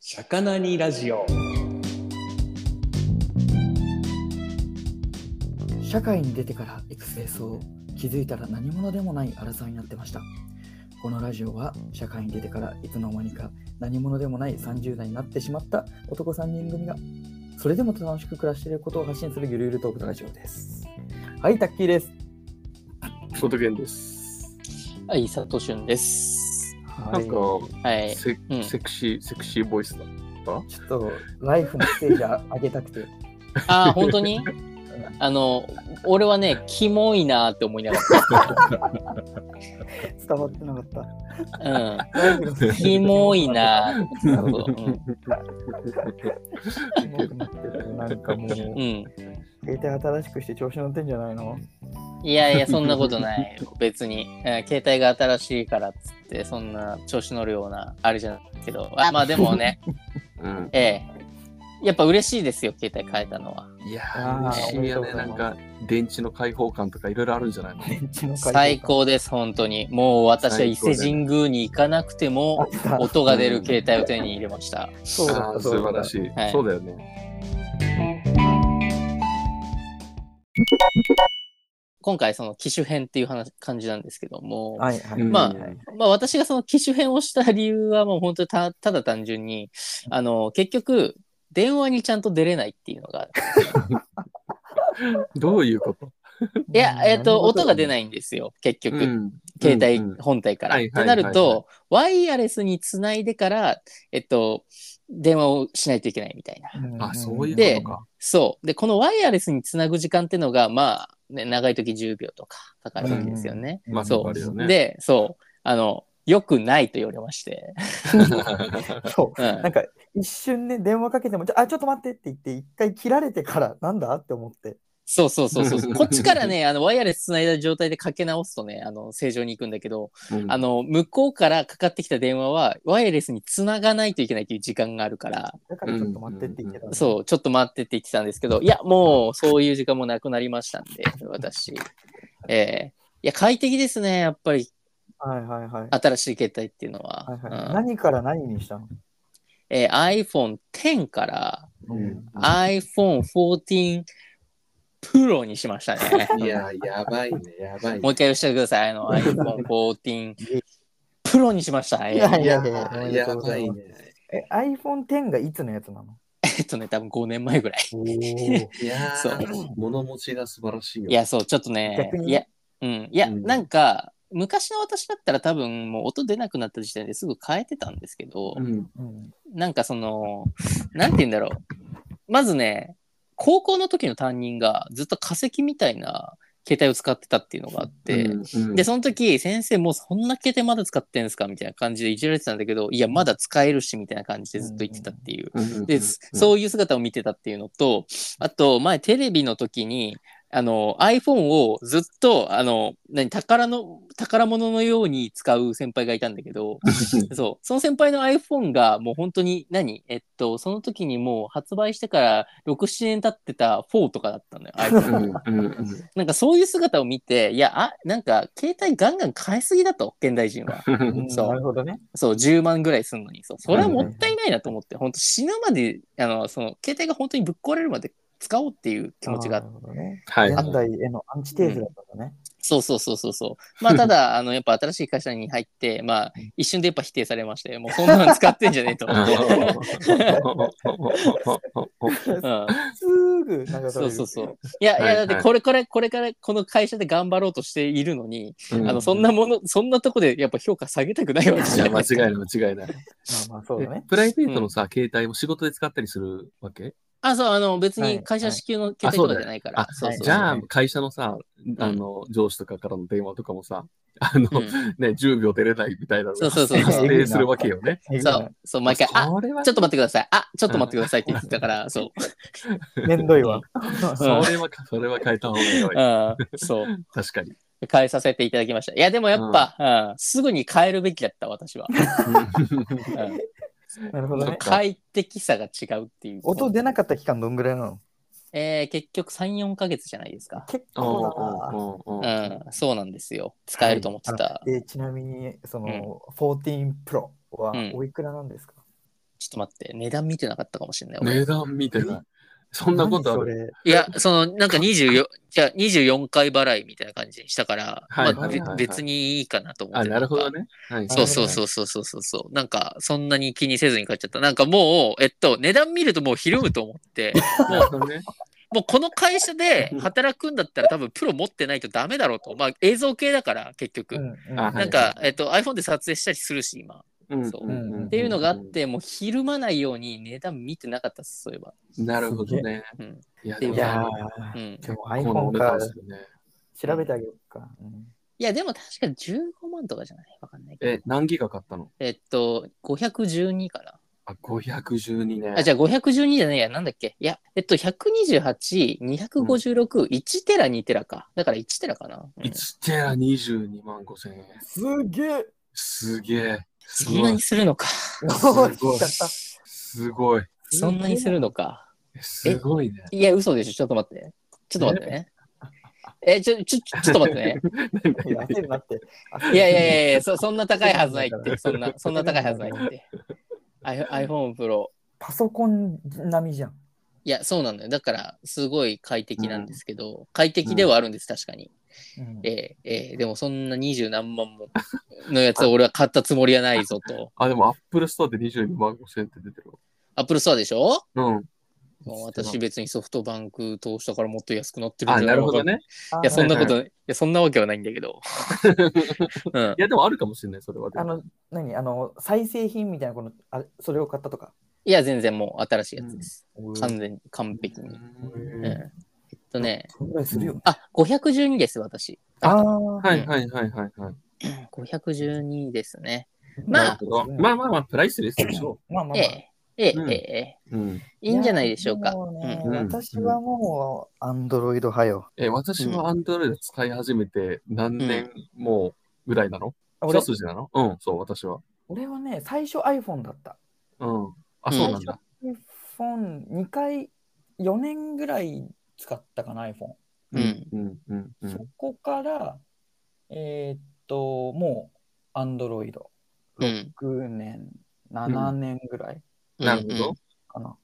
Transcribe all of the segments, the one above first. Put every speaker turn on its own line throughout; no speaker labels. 魚にラジオ
社会に出てからエクセスを気づいたら何者でもない争いになってましたこのラジオは社会に出てからいつの間にか何者でもない30代になってしまった男3人組がそれでも楽しく暮らしていることを発信するゆるゆるトークのラジオですはいタッキーです
トトゲンです。
はい、佐藤俊です。
は
ないん
ち
か、
ょ
はい。
セ
うん
セクシー、セクシーボイスだった
っとライフのステージ上げたくて
ああ、本当にあの、俺はね、キモいなーって思いなが
伝わってなかった
ら。
ライフのステ
う
ー
ん。
ジ
キモいなーなるほど。
キモくなってるなんか もう
うん。うん
携帯新しくして調子乗ってんじゃない の
い やいや、そんなことないよ。別に。えー携帯が新しいからっつって、そんな調子乗るような、あれじゃないけど。あまあで もね、
うん。
ええやっぱ嬉しいですよ、携帯変えたのは。
いや
あー
ー、嬉しいよね。
おめ
な
でとうんござい
か、電池の開放感とかいろいろあるんじゃないの
電池の回
最高です、本当に。もう私は伊勢神宮に行かなくても、音が出る携帯を手に入れました。
そうだ
あ
ったそ
ー素
うだ
晴ら
った
しい
は。い
そうだよね。
今回その機種編っていう話感じなんですけども、
はいはい、
うん
まあまあ私がその機種編をした理由はもう本当にたただ単純に、あの、結局、電話にちゃんと出れないっていうのが、
どういうこと
いや、えっ、と、音が出
い。
ないんですよ、結局、
うん
携帯、
うんうん
本体から。
は
っ
い
て
はい
なると、ワイヤレスにつないでから、えっと、電話をしないといけないみたいな。
あ、そういう
で
ことか。
そう。で、このワイヤレスにつなぐ時間ってのが、まあ、ね、長い時10秒とかかかるわけですよね。
まあ、
そう
あるよね。
で、そう。あの、良くないと言われまして。
そう。
うん
なんか、一瞬ね、電話かけても、ちょあ、ちょっと待ってって言って、一回切られてから、なんだって思って。
そうそうそうそう。こっちからね、あの、ワイヤレス繋いだ状態でかけ直すとね、あの、正常に行くんだけど、
うん
あの、向こうからかかってきた電話は、ワイヤレスに繋がないといけないっていう時間があるから、
だからちょっと待ってって言ってた、
そう、ちょっと待ってって言ってたんですけど、いや、もう、そういう時間もなくなりましたんで、私。ええいや、快適ですね、やっぱり、
う。はいはいはい。
新しい携帯っていうのは。
はいはい
うん
何から何にしたの、
えー iPhone X から
うん
iPhone 14 Pro にしましたね。
いやー、やばいね、やばいね。
もう一回言わせてください。あの iPhone 14 Pro にしました。え
いや
ー
い
い
や
や
いや
ー、やばいね。
え、iPhone X がいつのやつなの
えっとね、多分5年前ぐらい。
おー
いや
そう
ー、物持ちが素晴らしいよ。
いや、そう、ちょっとね
逆、に
いや、うん、いや、
うん
なんか、昔の私だったら多分もう音出なくなった時点ですぐ変えてたんですけど、
うん。
うん。
なんかその、なんて言うんだろう。まずね、高校の時の担任がずっと化石みたいな携帯を使ってたっていうのがあって、
うん
で、その時、先生もうそんな携帯まだ使ってんすかみたいな感じでいじられてたんだけど、いや、まだ使えるし、みたいな感じでずっと言ってたっていう。
うん
で、
う
そういう姿を見てたっていうのと、あと、前テレビの時に、あの、iPhone をずっと、あの、何、宝の、宝物のように使う先輩がいたんだけ ど、そう、その先輩の iPhone がもう本当に何、えっと、その時にもう発売してから6、7年経ってた4とかだったのよ、iPhone
ん。うんうんうん
なんかそういう姿を見て、いや、あ、なんか携帯ガンガン変えすぎだと、現代人は。
うん
そう
なるほどね。
そう、10万ぐらいすんのに、そう、それはもったいないなと思って、本当死ぬまで、あの、その、携帯が本当にぶっ壊れるまで使おうっていう気持ちがあ
あーな
って
るほどね。
はい。
現代へのアンチテーゼだったんだね。
そうそうそうそうそう。まあ、ただ、あの、やっぱ新しい会社に入って、まあ、一瞬でやっぱ否定されまして、もうそんなの使ってんじゃね えと。うん
すぐ、なんか。
そうそうそうう。いや、
は
い
いは
や、
い
だってこれ、これ、これからこの会社で頑張ろうとしているのに、あの、そん
な。
なもの、そんなとこでやっぱ評価下げたくないわけ
い
じゃ
や、
な
間
い
違いない、間違い
ま
ない。
あまあそうだね。
プライベートのさ、携帯も仕事で使ったりするわけ
あ、そう、あの、別
はい
に会社支給の携帯とかじゃないから。
あ、
そうそう
じゃあ、会社のさ、あの、上司とかからの電話とかもさ、あの、
うん
ね、10秒出れないみたいなの
そう
が
そうそうそう
発生するわけよね。
そう、そう、毎回、あ、
それは
ちょっと待ってください。あ、ちょっと待ってくださいって言って たから、そう。
めんどいわ。
うん
それは、それは変えた方がいいよ。
うん、 そう。
確かに。
変えさせていただきました。いや、でもやっぱ、うんすぐに変えるべきだった、私は。うん
なるほどね。
快適さが違うっていう。
音出なかった期間どんぐらいなの
えー結局3、4ヶ月じゃないですか。
結
う
構だな。
ん
う
うん
ん、そうなんですよ。使えると思ってた。
えーちなみに、その、14 Pro は
うん
おいくらなんですか、
ちょっと待って、値段見てなかったかもしれない。俺
値段見てない。そんなことある。
る
いや、その、なんか24、じゃあ24回払いみたいな感じにしたから、
はい
まあ
はい
べ
はいはい
別にいいかなと思っ
あ、
て。
なるほど。ね。はい。
そうそうそうそうそうそうそう。なんか、そんなに気にせずに買っちゃった。なんかもう、えっと、値段見るともうひるむと思って、
なるほどね。
もうこの会社で働くんだったら多分プロ持ってないとダメだろうと。まあ映像系だから、結局。
あ
なん
は
か、えっと、iPhone で撮影したりするし、今。
うん
そう
うんうん
っていうのがあって、もうひるまないように値段見てなかったっす、そういえば。
なるほどね。
うん。
いや、
でも
いや
う
ー
ん。
でも
この
iPhone
値
か
段ですよね。
調べてあげようか、うん
いや、でも確か15万とかじゃないわかんないけど。
え、何ギガ買ったの
えっと、512かな。
あ、512ね。
あ、じゃあ512じゃないや、なんだっけ。いや、えっと、128、256、1テラ、2テラか。だから1テラかな。うん
1テラ22万5千円。
すげえ
すげえ。す
そんな
ごい
に。するのか。
ごい
す
すごい。
そんなにするのか。
すごいね。
いや、嘘でしょ。ちょっと待って。ちょっと待ってね。え、ちょ、ちょ、ちょちょっと待ってね。
ごい焦るなって焦る
いやいやいやいや、そそんな高いはずないって。そんな、そんな高いはずないって。I- iPhone Pro。
パソコン並みじゃん
いや、そうなんだよ。だから、すごい快適なんですけど、快適ではあるんです、確かに。
うん
ええええでもそんな二十何万ものやつを俺は買ったつもりはないぞと。
あ、でも Apple Store で22万5千円って出てるわ。
アップルストアでしょ
うん。
もう私別にソフトバンク投資だからもっと安くなってるん
あ、
じゃ
な
な
いる
の
ほ
か
どね。
あ
いや、そんなこと、
はい
や、そんなわけはないんだ けど。うん
い、や、でもあるかもしれない、それは。
あの何あの再製品みたいなこのあそれを買ったとか
いや、全然もう新しいやつです。完全に、完璧に。
うん
うんえっとね、
そんぐらいするよね
あ、512です、私。
ああ
はいはいはいはいはい。
512ですね。まあ
なるほど。まあまあまあ、プライスレスでしょ
まあまあまあ
ええ、ええ、
うん
ええ、
う。うん。
いいんじゃないでしょうか。
や
う
でもね
ん
うん
私はもう、アンドロイド派よ。
え、私は Android 使い始めて何年もうぐらいなの
俺
一筋なのうん、そう、私は。
俺はね、最初 iPhone だった。
うん。あ、そうなんだ。
iPhone2 回、4年ぐらい使ったかな、iPhone。
うんうん。
うんうんう
そ
ん。
こから、えーっと、もう、アンドロイド。
うん。
6年、7年ぐらい
なるほど。
かな。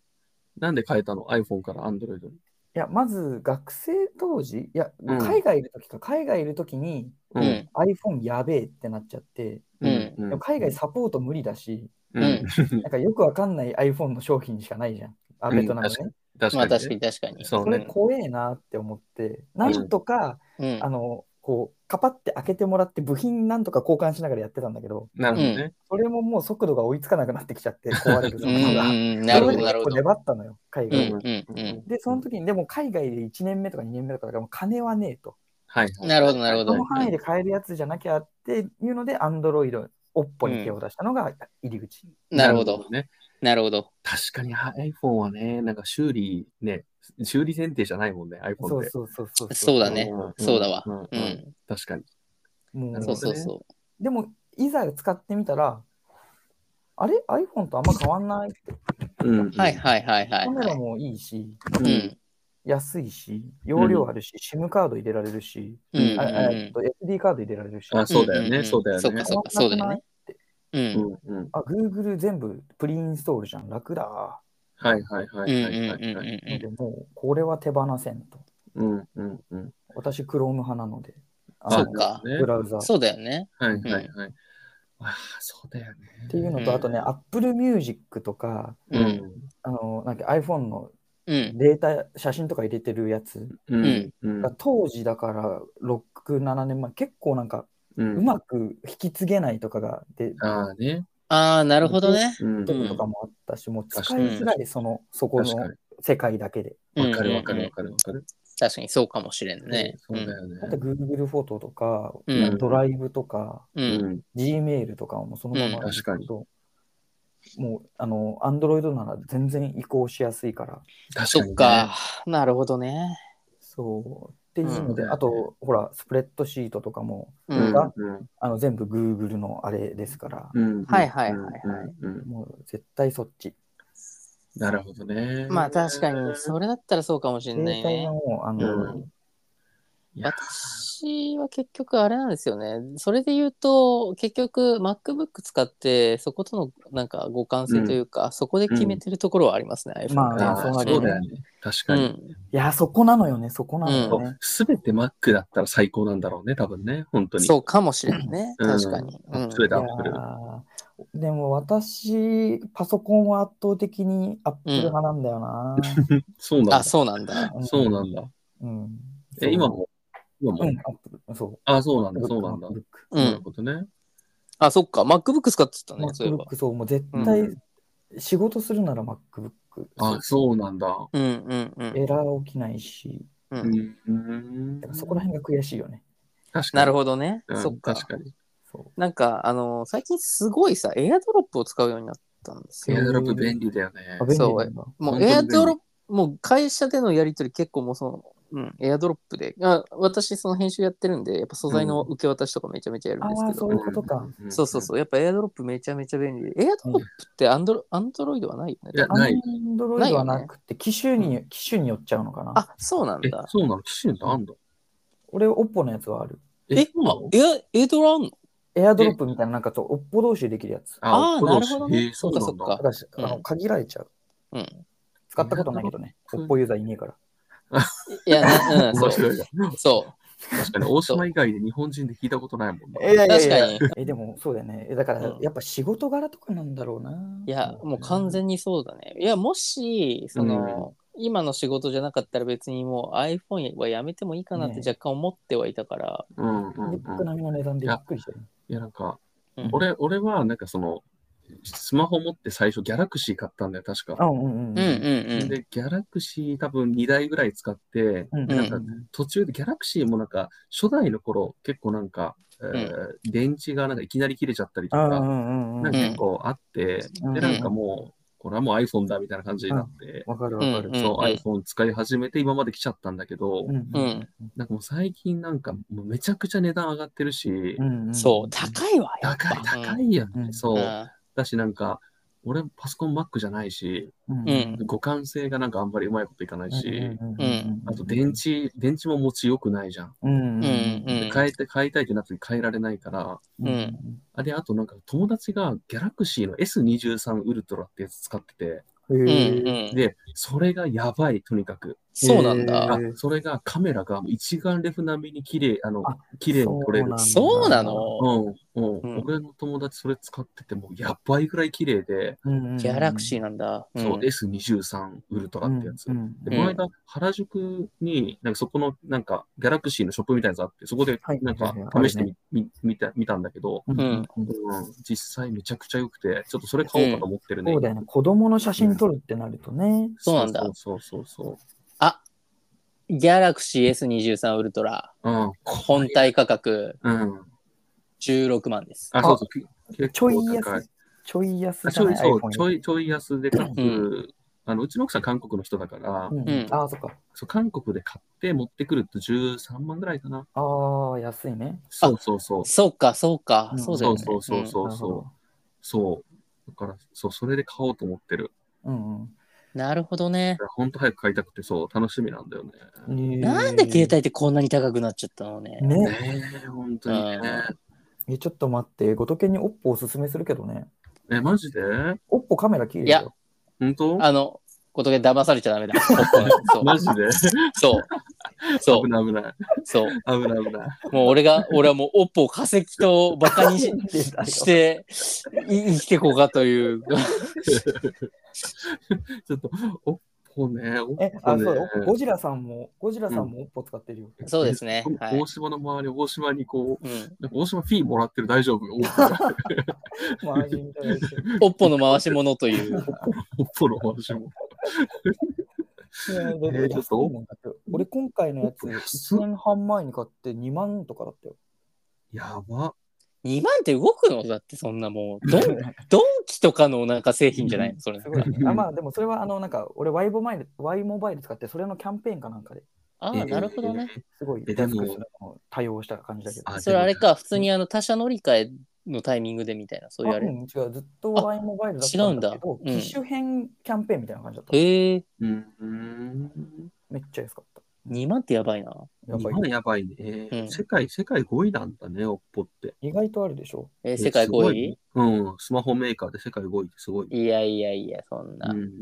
い
なんで変えたの ?iPhone から Android に。
や、まず、学生当時、いや、
うん
海外いる時か、海外いる時に
う。
うん
うんん。
iPhone やべえってなっちゃって、
うん
う
で
ん
も海外サポート無理だし、
うん
うん
なんかよくわかんない iPhone の商品しかないじゃん。あ、
うん
ベトナムね
確。確
まあ
か
確
に
か
ね。
に確かに。
そう
それ怖えなって思って、なんとか、
うん。
あの、こう、カパって開けてもらって、部品なんとか交換しながらやってたんだけど、
なるほどね。
それももう速度が追いつかなくなってきちゃって、壊れる
う
の
んうん
が。
うん、なるほ
それまで
ど、なるほ
こう
ど。
粘ったのよ、海
うん
外は、
うんう
で、その時に、でも海外で1年目とか2年目とかだから、もう金はねえと。
はい
ん。
はい。
なるほど、なるほど
そ。の範囲で買えるやつじゃなきゃっていうので、アンドロイド、おっぽに手を出したのが入り口。
なるほど。
ね。
なるほど。
確かに iPhone はね、なんか修理ね、修理前提じゃないもんね、
そ
iPhone っ
う
て。
そうそうそう。
そうだね
うん
そうだわ。
うん
う
うん
ん。
確かに。
も
なる
そ
ほど
うそうそ
でも、いざ使ってみたら、あれ ?iPhone とあんま変わんないって。
うん
う。はいはいはいはい
カメラ
は
もいいし、
い。うん。
安いし、容量あるし、SIM カード入れられるし、
うん
あ
うん
あ
う
えっ
ん
と SD カード入れられるし、
あ、そうだよ
んんん
ね、そうだよ
そっ
ね
か。そっか、そうだよね。うん。
うんうん。
あ、Google 全部プリインストールじゃん、楽だ。
はいはいは
うんうん
い
うん
はいは
う
い
ん
はい。
でもう、これは手放せんと。
うんうんうん。
私、Chrome 派なので、あ
そ
の
うか
ね
ブラウザ
うん。
ー。
そうだよね。
はいはいはい。ああ、そうだよね。
っていうの
う
と、
ん
あとね、Apple Music とか、
う。
うんん。
あのなんか iPhone の
うん。
データ、写真とか入れてるやつ
うんうん
が当時だから6、7年前、結構なんか
う
うまく引き継げないとかがで、
ああね。
ああ、なるほどね。
うん
出るとかもあったし、もう使いづらい、その、そこの
確かに
世界だけで。
うん
わかるわかるわかるわかる。
確かにそうかもしれんね。
そうだよね
あ。と Google フォトとか、
うん
ドライブとか、
う。
うんん。
Gmail とかはもうそのまま、
うん確かに
もう、あの、Android なら全然移行しやすいから、
確
そっか。なるほどね。
そう。っていうので、
うん
あと、ほら、スプレッドシートとかも、
う
うん
ん。
が
うん
あの全部 Google のあれですから、
うん。
はいはいはいはい
うんうんうん
もう絶対そっち。
なるほどね。
まあ確かに、それだったらそうかもしれ
携
ない
帯
ね
は。もう、あ
う
の、
ん。いや
私私は結局あれなんですよね。それで言うと、結局 MacBook 使って、そことのなんか互換性というか、そこで決めてるところはありますね、iPhone
まあ
ね
まあそうなる
そ
よ
う
ね
だよね。確
う
かに。
ん。
いや、そこなのよね、そこなのよね。
すべて Mac だったら最高なんだろうね、多分ね、本当に。
そうかもしれんね。
うん
確かに。うん。
すべて
いや
Apple。
ーでも私、パソコンは圧倒的にアップル派なんだよな。
そうなんだ。
あ、
そ
そうなんだ。
うん
うなんだ。
うん。
え、今も今
う
も
ん、アップル、そう。
あ、そうなんだ、そうなんだ。
MacBook
う
なる
ん。
ほどね。
あ、そっか。MacBook 使ってたね、そういえば。
MacBook、そう、もう絶
う
対、仕事するなら MacBook。
あ、そうなんだ。
うんうんうん
エラー起きないし、
う。
うんん
だからそこら辺が悔しいよね。
確かに。
なるほどね。
うん
そっか。
確かに。
そう。
なんか、あのー最近すごいさ、エアドロップを使うようになったんです
エ
よ。
アドロップ便利だよね
あ。便利
そう
なんだ
も
本当
う
に
エ
便利
アドロップ、もう会社でのやり取り結構もうその、うん、エアドロップで、あ私その編集やってるんで、やっぱ素材の受け渡しとかめちゃめちゃやるんです
ああ、
けど、
そういうことか。
ん
そうそうそう、やっぱエアドロップめちゃめちゃ便利で、エアドロップってアンドロアンドロイドはないよ
いや
ね。
ア
ない
ンドロイドはなくて、機種に、機種によっちゃうのかな。
あ、そうなん
え
だ、。
そうなの機種ってあんの
俺、オッポのやつはある。
え
そうなの
エア、エアドロあんの
エアドロップみたいな、なんかと、オッポ同士でできるやつ。
ああ
これ
なるほどね
えーそうなん
そっかそ
だ
っか
た。だし、あ
う
の、
ん
限られちゃう。
うん。
使ったことないけどね。
エアドロップ
オッポユーザーいねえから。
いや、な うん、そ
面
う。
白いな。
そ
確かに、大島以外で日本人で聞いたことないもんね。
いや
う。確かに。
え、でも、そうだよね。えだから
う、ん
やっぱ仕事柄とかなんだろうな。
いや、もう完全にそうだね。いや、もし、その、今の仕事じゃなかったら別にもう iPhone はやめてもいいかなって
ね
若干思ってはいたから、
うんうんうん
で、僕並みの値段でびっくりしてる。
いや、なんか
うん、
俺、俺は、なんかその、スマホ持って最初、ギャラクシー買ったんだよ、確
あ、
か。
うんうんうん。
うんうんうん。
で、ギャラクシー多分2台ぐらい使って、
うん
なん
か途中でギャラクシーもなんか、初代の頃、結構なんか、えー電池がなんかいきなり切れちゃったりと
うんう
か、
んうんう
な
ん
んか。結構あって、
うん
で、なんかもう、これはもう iPhone だみたいな感じになって、
わかるわかる。
うん
そう iPhone 使い始めて今まで来ちゃったんだけど、
うん
うん
なんかもう最近なんかもうめちゃくちゃ値段上がってるし、
うんうん。
そう、高いわ、やっ
高い
ぱ。
高いよね、
うん
そうう。
ん
だしなんか、俺パソコン Mac じゃないし、
うん。
うん
互換性がなんかあんまりうまいこといかないし、
うん
あと電池、電池も持ち良くないじゃん。
うんうん
うん
変えて、変えたいってなって変えられないから、
うん
うん
あれ、あとなんか友達がギャラクシーの S23 ウルトラってやつ使ってて、
うんう
へえ
ん。
で、それがやばい、とにかく。
そうなん
へ
だ。
あ
えー
それがカメラが一眼レフ並みに綺麗あの
あ
綺麗に撮れる。
そうなの
うんうん
うん
俺の友達それ使っててもうやばいぐらい綺麗で、
ギャラクシ
ー
ーなんだ。
そう
うん
S23 ウルトラってやつ。でこ
うん
の間、原宿に、なんかそこの、なんか、ギャラクシーのショップみたいなやつあって、そこで
はい、
なんか
はいはい、
試してみ、み見た、見たんだけど、
うん
うん
うん、実際めちゃくちゃ良くて、ちょっとそれ買おうかと思ってるね。
そうだよね。子供の写真撮るってなるとね。
そうなんだ
そうそうそう
ギャラクシー S23 ウルトラ、
そう。うん。
本体価格
うん。
16万です。
あ、そうそう。結
ちょい
構高い
安。ちょい安
あ
じ
ち
ゃ
ょ
ない
いそう
iPhone
ちょいちょい安で、かつ、
うん
あのうちの奥さん、韓国の人だから、
うん
うん
ああ、そっか。
そう、韓国で買って持ってくると13万ぐらいかな。
ああ、安いね。
そうそうそう。
そうか、そうか
う、ん
そうだ
そ
よ
う
ね。
そうそう
うん
そ
なるほ
うそう
ど。
そう。だから、そう、それで買おうと思ってる。
うん
なるほどね。
本当早く買いたくて、そう、楽しみなんだよね。
うん。
なんで携
携
帯ってこんなに高くなっちゃったのね。
ね
ねえ、本当にね。
え、ちょっと待って、ごとけに OPPO おすすめするけどね。
え、マジで
OPPO カメラ綺麗
い
だ
や
よ。
本当
あの、ことで騙されちゃダメ だ。そう
マジで
そう。そう
危。ない危ない。
そう。
危ない危ない。
もう俺が、俺はもう、オッポを化石とバカに し
出たよ
して、い生きてこうかという。
ちょっと、おっぽね、おっぽ
え、
ね
あ、そうだ、ゴジラさんも、ゴジラさんも OPPO 使ってるよ。
そうですね。はい
大。島の周り、大島にこう、
うん
なんか大島フィーもらってる大丈夫おっ
マージンいただいて。
オッポの回し者という。
ぽの話も。
いやでも
えーちょっと
安いもんだって俺今回のやつ1年半前に買って2万とかだったよ。
やば。
2万って動くのだってそんなもう、ドン、ドンキとかのなんか製品じゃないのそれ
す。ご い、ね。あまあでもそれはあのなんか俺 Y モバイル Y モバイル使ってそれのキャンペーンかなんかで
ああ、なるほどね。
すごい
えで
安
も
くするのを対応した感じだけど。
あ
それあれか、普通にあの他社乗り換えのタイミングでみたいな、そういうあ
あ
れ
う。ん違うずっと Y モバイルだったんだけど
違うんだうん
機種変キャンペーンみたいな感じだった。
へえ
えーうん。
めっちゃ安かった。
2万ってやばいな。
やっぱ
日本やばいね。えー
うん
世界、世界5位なんだね、おっぽって。
り意外とあるでしょ。
えー世界5位
うん、スマホメーカーで世界5位ってすごい。
いやいやいや、そんな。
うん、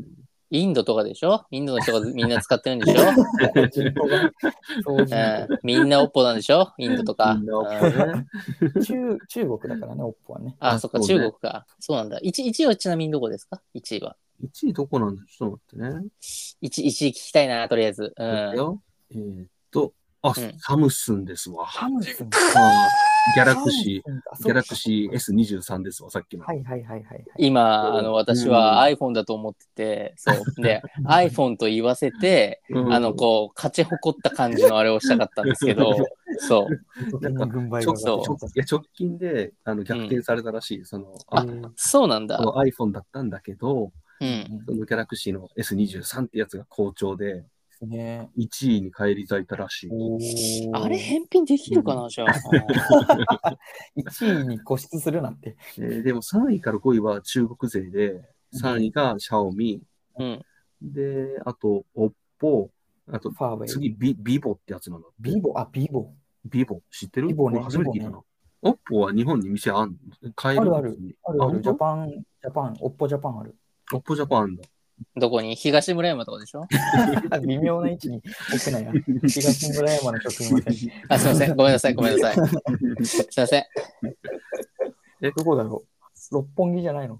インドとかでしょインドの人がみんな使ってるん でしょ、
人口が総人
うん、みんなオッポなんでしょインドとか。
みんな
う
お
ん
っぽ ね。
口中中国だからね、オッポはね。
あ、そっか、
そう
中
ね
国か。そうなんだ。1, 一位はちなみにどこですか ?1 位は。
1位どこなんだちょっと待ってね。
1, 一位聞きたいな、とりあえず。う
だ
ん。
よえーっと、あ、
うん
サムスンですわ。
ハムスン。
あーギャラクシ
ー
ー、ギャラクシー S23 ですわ、さっきの。
はいはいはいはいはい。
今、あ
う
の、
ん
私は iPhone だと思ってて、そう。 で、iPhone と言わせて、
うん
あの、こう、勝ち誇った感じのあれをしたかったんです けど、そう。
なんか
軍
ち
配
ょ
が上
っ
が
と
っ
直
ちゃった
いや直近であの逆転されたらしい、その
あ
あの
そうなんだ
そ。の iPhone だったんだけど、
うん。
そのギャラクシーの S23 ってやつが好調で、
ね。
1位に返り咲いたらしい。
あれ返品できるかな、じゃ あ。
1位に固執するなんて。
えーでも3位から5位は中国勢で、3位がシャオミ、
うん。
で、あと、オッポ、あと
フ、ァーウェイ。
次ビ、ビボってやつなんだ。
ビボ、あ、ビボ。
ビボ、知ってる
ビボね
俺初めて聞いた
ビボ
な。オッポは日本に店あんの買える
ある
る
あるあ
あ
る、
本
ジ
当
ャパン、ジャパン、オッポジャパン ある。
オッポジャパンあんだ。
どこに東村山とかでしょ
微妙な位置に置くなよ。東村山の曲まで。
あ、すい ません。ごめんなさい、ごめんなさい。すいません。
どこだろう六本木じゃないの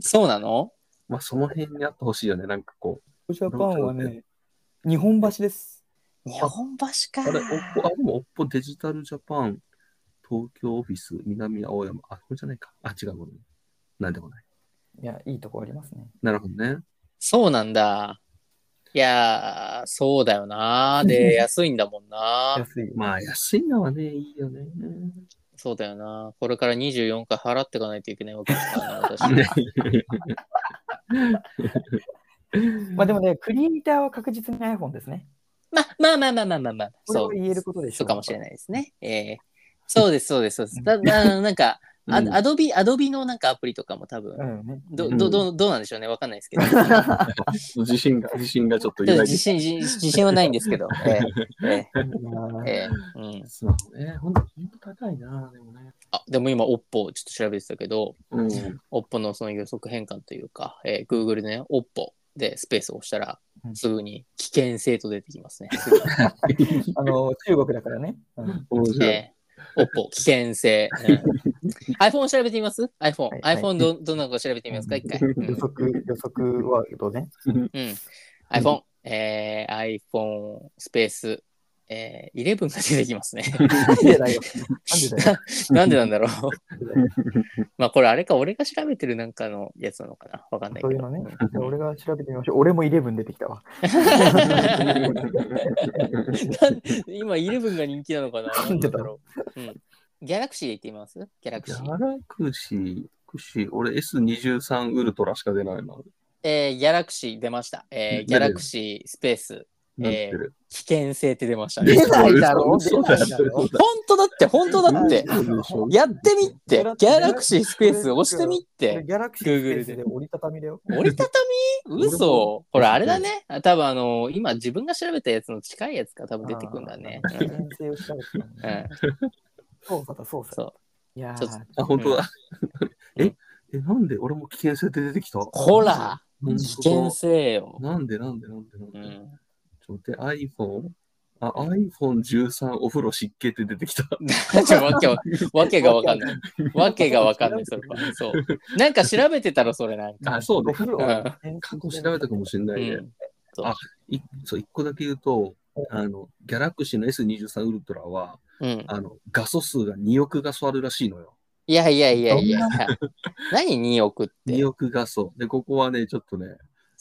そうなの
まあ、その辺にあってほしいよね、なんかこう。
オッポジャパンはね、日本橋です。
日本橋か。
あれ、オッポ、あ、でもオッポデジタルジャパン、東京オフィス、南青山。あ、これじゃないか。あ、違う、ごめん。なんでもない。
いや、いいとこありますね。
なるほどね。
そうなんだ。いやー、そうだよな。 で、安いんだもんな。
安い。
まあ、安いのはね、いいよね。
そうだよな。これから24回払っていかないといけないわけですからね、私。
まあでもね、クリエイターは確実に iPhone ですね。
まあまあまあまあまあまあまあ。
これ
そ
は
う。
言えることでしょ
そうかもしれ
い。
ないですね。ええそうです、そうです、そ うです。ただ、あのなんか、ア
うん
アドビ、アドビのなんかアプリとかも多分
う、んね。
ど、
うん
ど、どう、どうなんでしょうね。わかんないです けど。
自信が、自信がちょっと
ちょっ
揺ら
と
いで
自信、自自信はないんです けど。えええ
まあ
えええうん。
スマホね。ほんと、ほんと高いな、でもね。
あ、でも今、オッポ、ちょっと調べてたけど、
うん。
オッポのその予測変換というか、えー、Google でね、オッポでスペースを押したら
う、ん
すぐに危険性と出てきますね。
あの、中国だからね。うん
面白い。
えー、オッ ポ、危険性。うん iPhone 調べてみます ?iPhone。
はいはい
iPhone どどんなのか調べてみますか一回。う
予
ん。
測、予測ワード ね。
うん、iPhone、えー、iPhone スペース、えー、11が出てきますね。
なんでだよ。なんでだよ。
なんでなんだろう。
なんでだよ
まあこれあれか、俺が調べてるなんかのやつなのかなわかんない
そう
け
いう
ど。
のね。じゃあ俺が調べてみましょう。俺も11出てきたわ。
なん 今、11が人気なのかな
なんでだ
ろう、うん。ギャラクシーで言ってみますギャラク
ギ
シー。
ャラクシー、クシー、俺 S23 ウルトラしか出ないな。
えー、ギャラクシー出ました。えー、
出
ギャラクシースペース、
なってる。
危険性って出ました
え
ね。
出ない
嘘
だろ
嘘だ
出ないだろ
嘘だ
本当だって、本当だって。
嘘
やってみって、ギャラクシースペース押してみっ
これ
て。
ギャラクシースペースで折りたたみだよ。
折りたたみ
俺
嘘これあれだね。あ多分あの今自分が調べたやつの近いやつが多分出てくるんだね。
あー危険性を調べてた
うん。う
ね。
ん
そうだ、そうだ。
そう。
いやー
ちょっと
あ、本当だ。え、え、なんで俺も危険性って出てきた
ほら
本当
危
だ
険性よ。
なんでなんでなんでなん
う
で、
ん。
ちょっと待って、iPhone? あ、iPhone13 お風呂湿気って出てきた。
ちょわけわわけがわかんない。わけがわかんない、それは。そう。なんか調べてたら、それなんか。
あ、そう
お
ね。
風呂は全然
過去調べたかもしれな
う
いね。
ん。
いそう、一個だけ言うと、あの、ギャラクシーの S23 ウルトラは、
うん。
あの、画素数が2億画素あるらしいのよ。
いやいやいやいや。何2億って
2。億画素。で、ここはね、ちょっとね、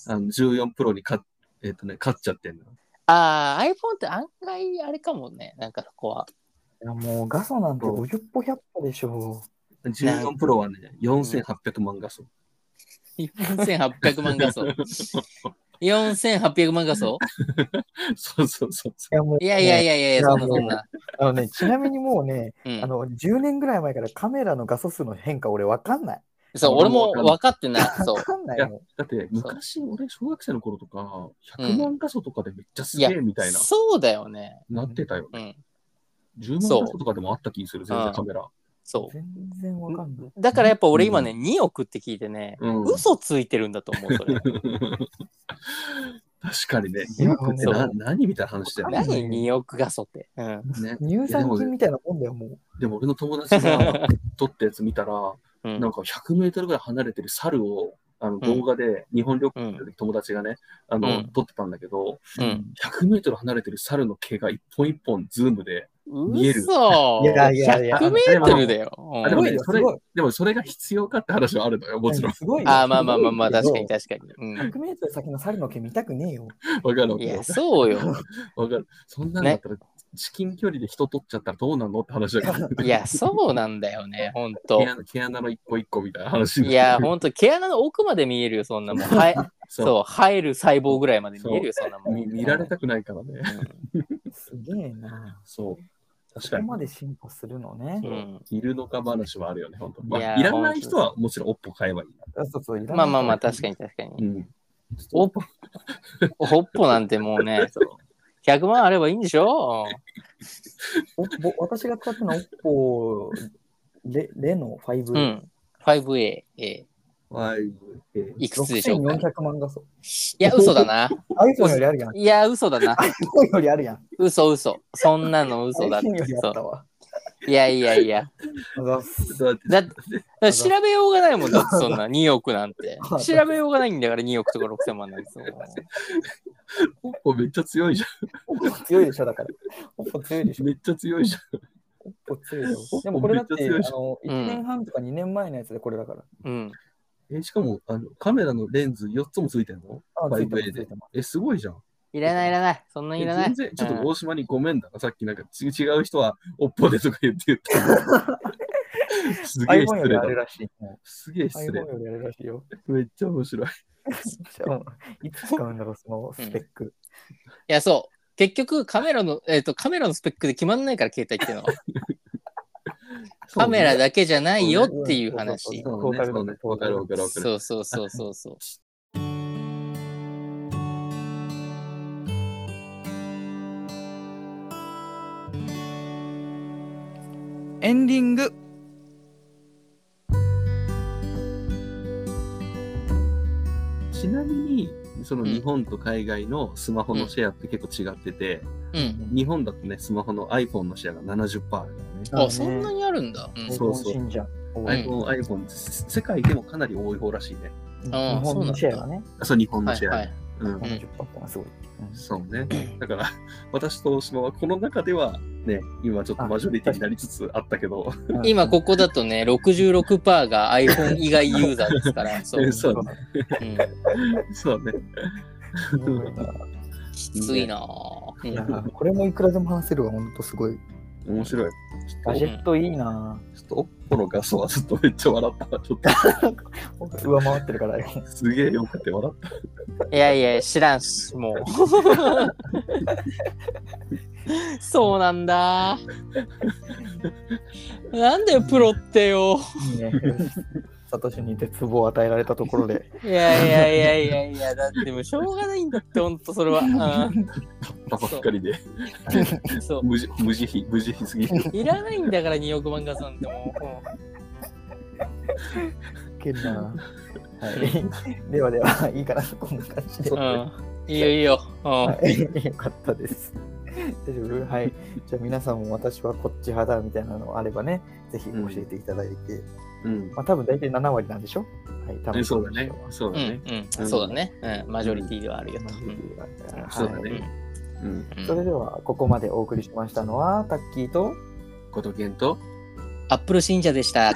あの14プロにか、えっ、とね、勝っちゃってんの。
ああ、iPhone って案外あれかもね。なんかそこは。
いやもう画素なんて50歩100歩でしょ。
14プロはね、4800万画素。
4800万画素。4800万画素
そうそうそうそう
いやもう
いやいやいやいやいや、そんなそんな。
あのね、ちなみにもうね、
うん
あの10年ぐらい前からカメラの画素数の変化俺わかんない。
そう、俺
俺も
も分かってない。そう
わ。かんないよ。
だって昔俺小学生の頃とか100万画素とかでめっちゃすげえみたいな、
そうだよね。
なってたよ
う
ね、
ん。
10万画素とかでもあった気する全
そう
然カメラ
そう。
全然わかんない。
だからやっぱ俺今ね、2億って聞いてね、
うん
嘘ついてるんだと思う、それ。
確かにね2億って
そ
な
う
何みたいな話だよね
何2億画素って。うん。
ね
乳酸菌みたいなもんだよ、もう。
でも俺の友達が撮ったやつ見たら
う
なん
ん。
か100メートルぐらい離れてる猿をあの動画で日本旅行行った時友達がね、あの
うん
撮ってたんだけど、
うん
100メートル離れてる猿の毛が一本一本ズームで、見える
嘘
いやいやいや
100メートルだよ。うん
す
あでも
ごい
ね
よ、
そ
す
れ
ごい。
でもそれが必要かって話はあるのよ、もちろん。
すごいよ。
あーまあまあまあまあ、
す
確
ご
か
い
に
けど
確かに。う
100メートル先の猿の毛見たくねえよ。
わかるわ
ん。
か
い
る
や、。そうよ。
わかる。そんなんだったら、至近距離で人取っちゃったらどうなんのって話だけど、
いや、 そうなんだよ ね、ほんと
毛。穴毛穴の一個一個みたいな話に
い
な
や、
ってくる
ほんと、毛穴の奥まで見えるよ、そんなもん。はい、
そ
そう、生える細胞ぐらいまで見えるよ、そんな
う
もん。
見。見られたくないからね。
すげえな。
そう。確
こ
か
こ
に。
まで進歩するのね
う。ん。
いるのか話はあるよね、本当。ま
いや
あ、
ー
いらない人はもちろんおっぽ買えばいい
あそうそう
まあまあまあ、確
か
かに確か に。
な。うん。
おっぽ、おっぽなんてもうね、そう100万あればいいんでしょ
に。ぼ私が使ってるのは OPPO レレノ5、
う
うん、
ん。5A、A
はい。えー
いくつでしょうかい
6400万画素。
や、嘘だな。
iPhone よりあるやん。
いや、嘘だな。
iPhone よりあるやん。
嘘嘘。そんなの嘘だって
iPhone よりあ
そ
ったわ。
ういやいやいや。
あざっす
だって
だって、調べようがないもんだって、そんな2億なん て。調べようがないんだから2億とか6000万なんですよ。
おっぽめっちゃ強いじゃ
OPPO 強いでしょ、だから。OPPO 強いでし
ん。
ょ。
めっちゃ強いじゃん。
OPPO 強いよ。でもこれだって、
めっち
あ
ゃ強いでし
の、1年半とか2年前のやつでこれだから。
うん。
えしかもあのカメラのレンズ4つもついてんの
あ、ついてます
?5A
つい
で
て。ます
え、すごいじゃん。
いらないいらない。そんなにいら
え
な
全
い。
然、ちょっ
う
と
ん
大島にごめんだな。さっきなんかち違う人はおっぽでとか言って言 った。すげえ
iPhone よ
失礼
りあ
だ。
るらしい。も
すげえ
う
失
iPhone
礼。
よりあるらしい よ。
めっちゃ面白い。
じゃあ、いつ使うんだろう、そのスペック。
いや、そう。結局、カメラの、えっ、と、カメラのスペックで決まんないから、携帯っていうの は。カメラだけじゃないよっていう話。
そうね。そうね。
ト
わ
ー
か
タル
るわかるわかる。
そうそうそうそうそう。
エンディング
ちなみに、その日本と海外のスマホのシェアって結構違ってて、
うん。
日本だとね、スマホの iPhone のシェアが70%あるからね。
あ
あ、
ね
そんなにあるんだ。うん。
そうそう
信者。うん
iPhone、iPhone、せ世界でもかなり多い方らしいね。
日
あー
本のシェアがね、
あそう、日本の
は
シ
い
ェア。
はい。
うん。
いはい
70%ってのはすごい。
そうね。だから、私と大島はこの中では、ね、今ちょっとマジョリティになりつつあったけど、
今、ここだとね、66%が iPhone 以外ユーザーです から。そう。
え
う
そうだね。
ん、
そうだね。
すごいな
きついなぁ。う
いや
ん
ーこれもいくらでも話せるわ、ほんとすごい。
面白い。ちょ
ガ
っ
ジェットいいな
と、ちょっと、おっぽの画素はちょっとめっちゃ笑った。ちょっと、
ぁ上回ってる からよ。
すげえよくて笑った。
いやいや、知らんし、もう。 そうなんだ。なんだよ、プロってよ。
いいね。サトシに絶望を与えられたところで。
いやいやいやいやいや、だってもうしょうがないんだって、ほんとそれは。う
買ったばっかりで、
ん、そ
無慈無慈悲、無慈悲すぎる。
う。いらないんだから、2億万画素なんてもう。も
けんなぁ はい。ではでは、いいかな、こんな感じで。
ううん。いいよいいよ。うん。
はい、よかったです。大丈夫はい。じゃあ皆さんも私はこっち派だみたいなのあればね、ぜひ教えていただいて、
うん。
まあ多分大体7割なんでしょはい、多
え
分。
そうだね。そうだ
う
ね。
ん、うん、そうだね。うん、マジョリティではあるよと。うん
そうだ
はい。
ね。うん。
う
それ
ん
では、ここまでお送りしましたのは、タッキー と、
ことけんと、
アップル信者で した。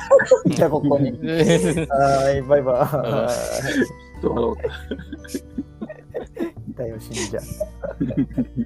いたここに。はい、バイバ
どう
イ。いたよ、信者。
だろう。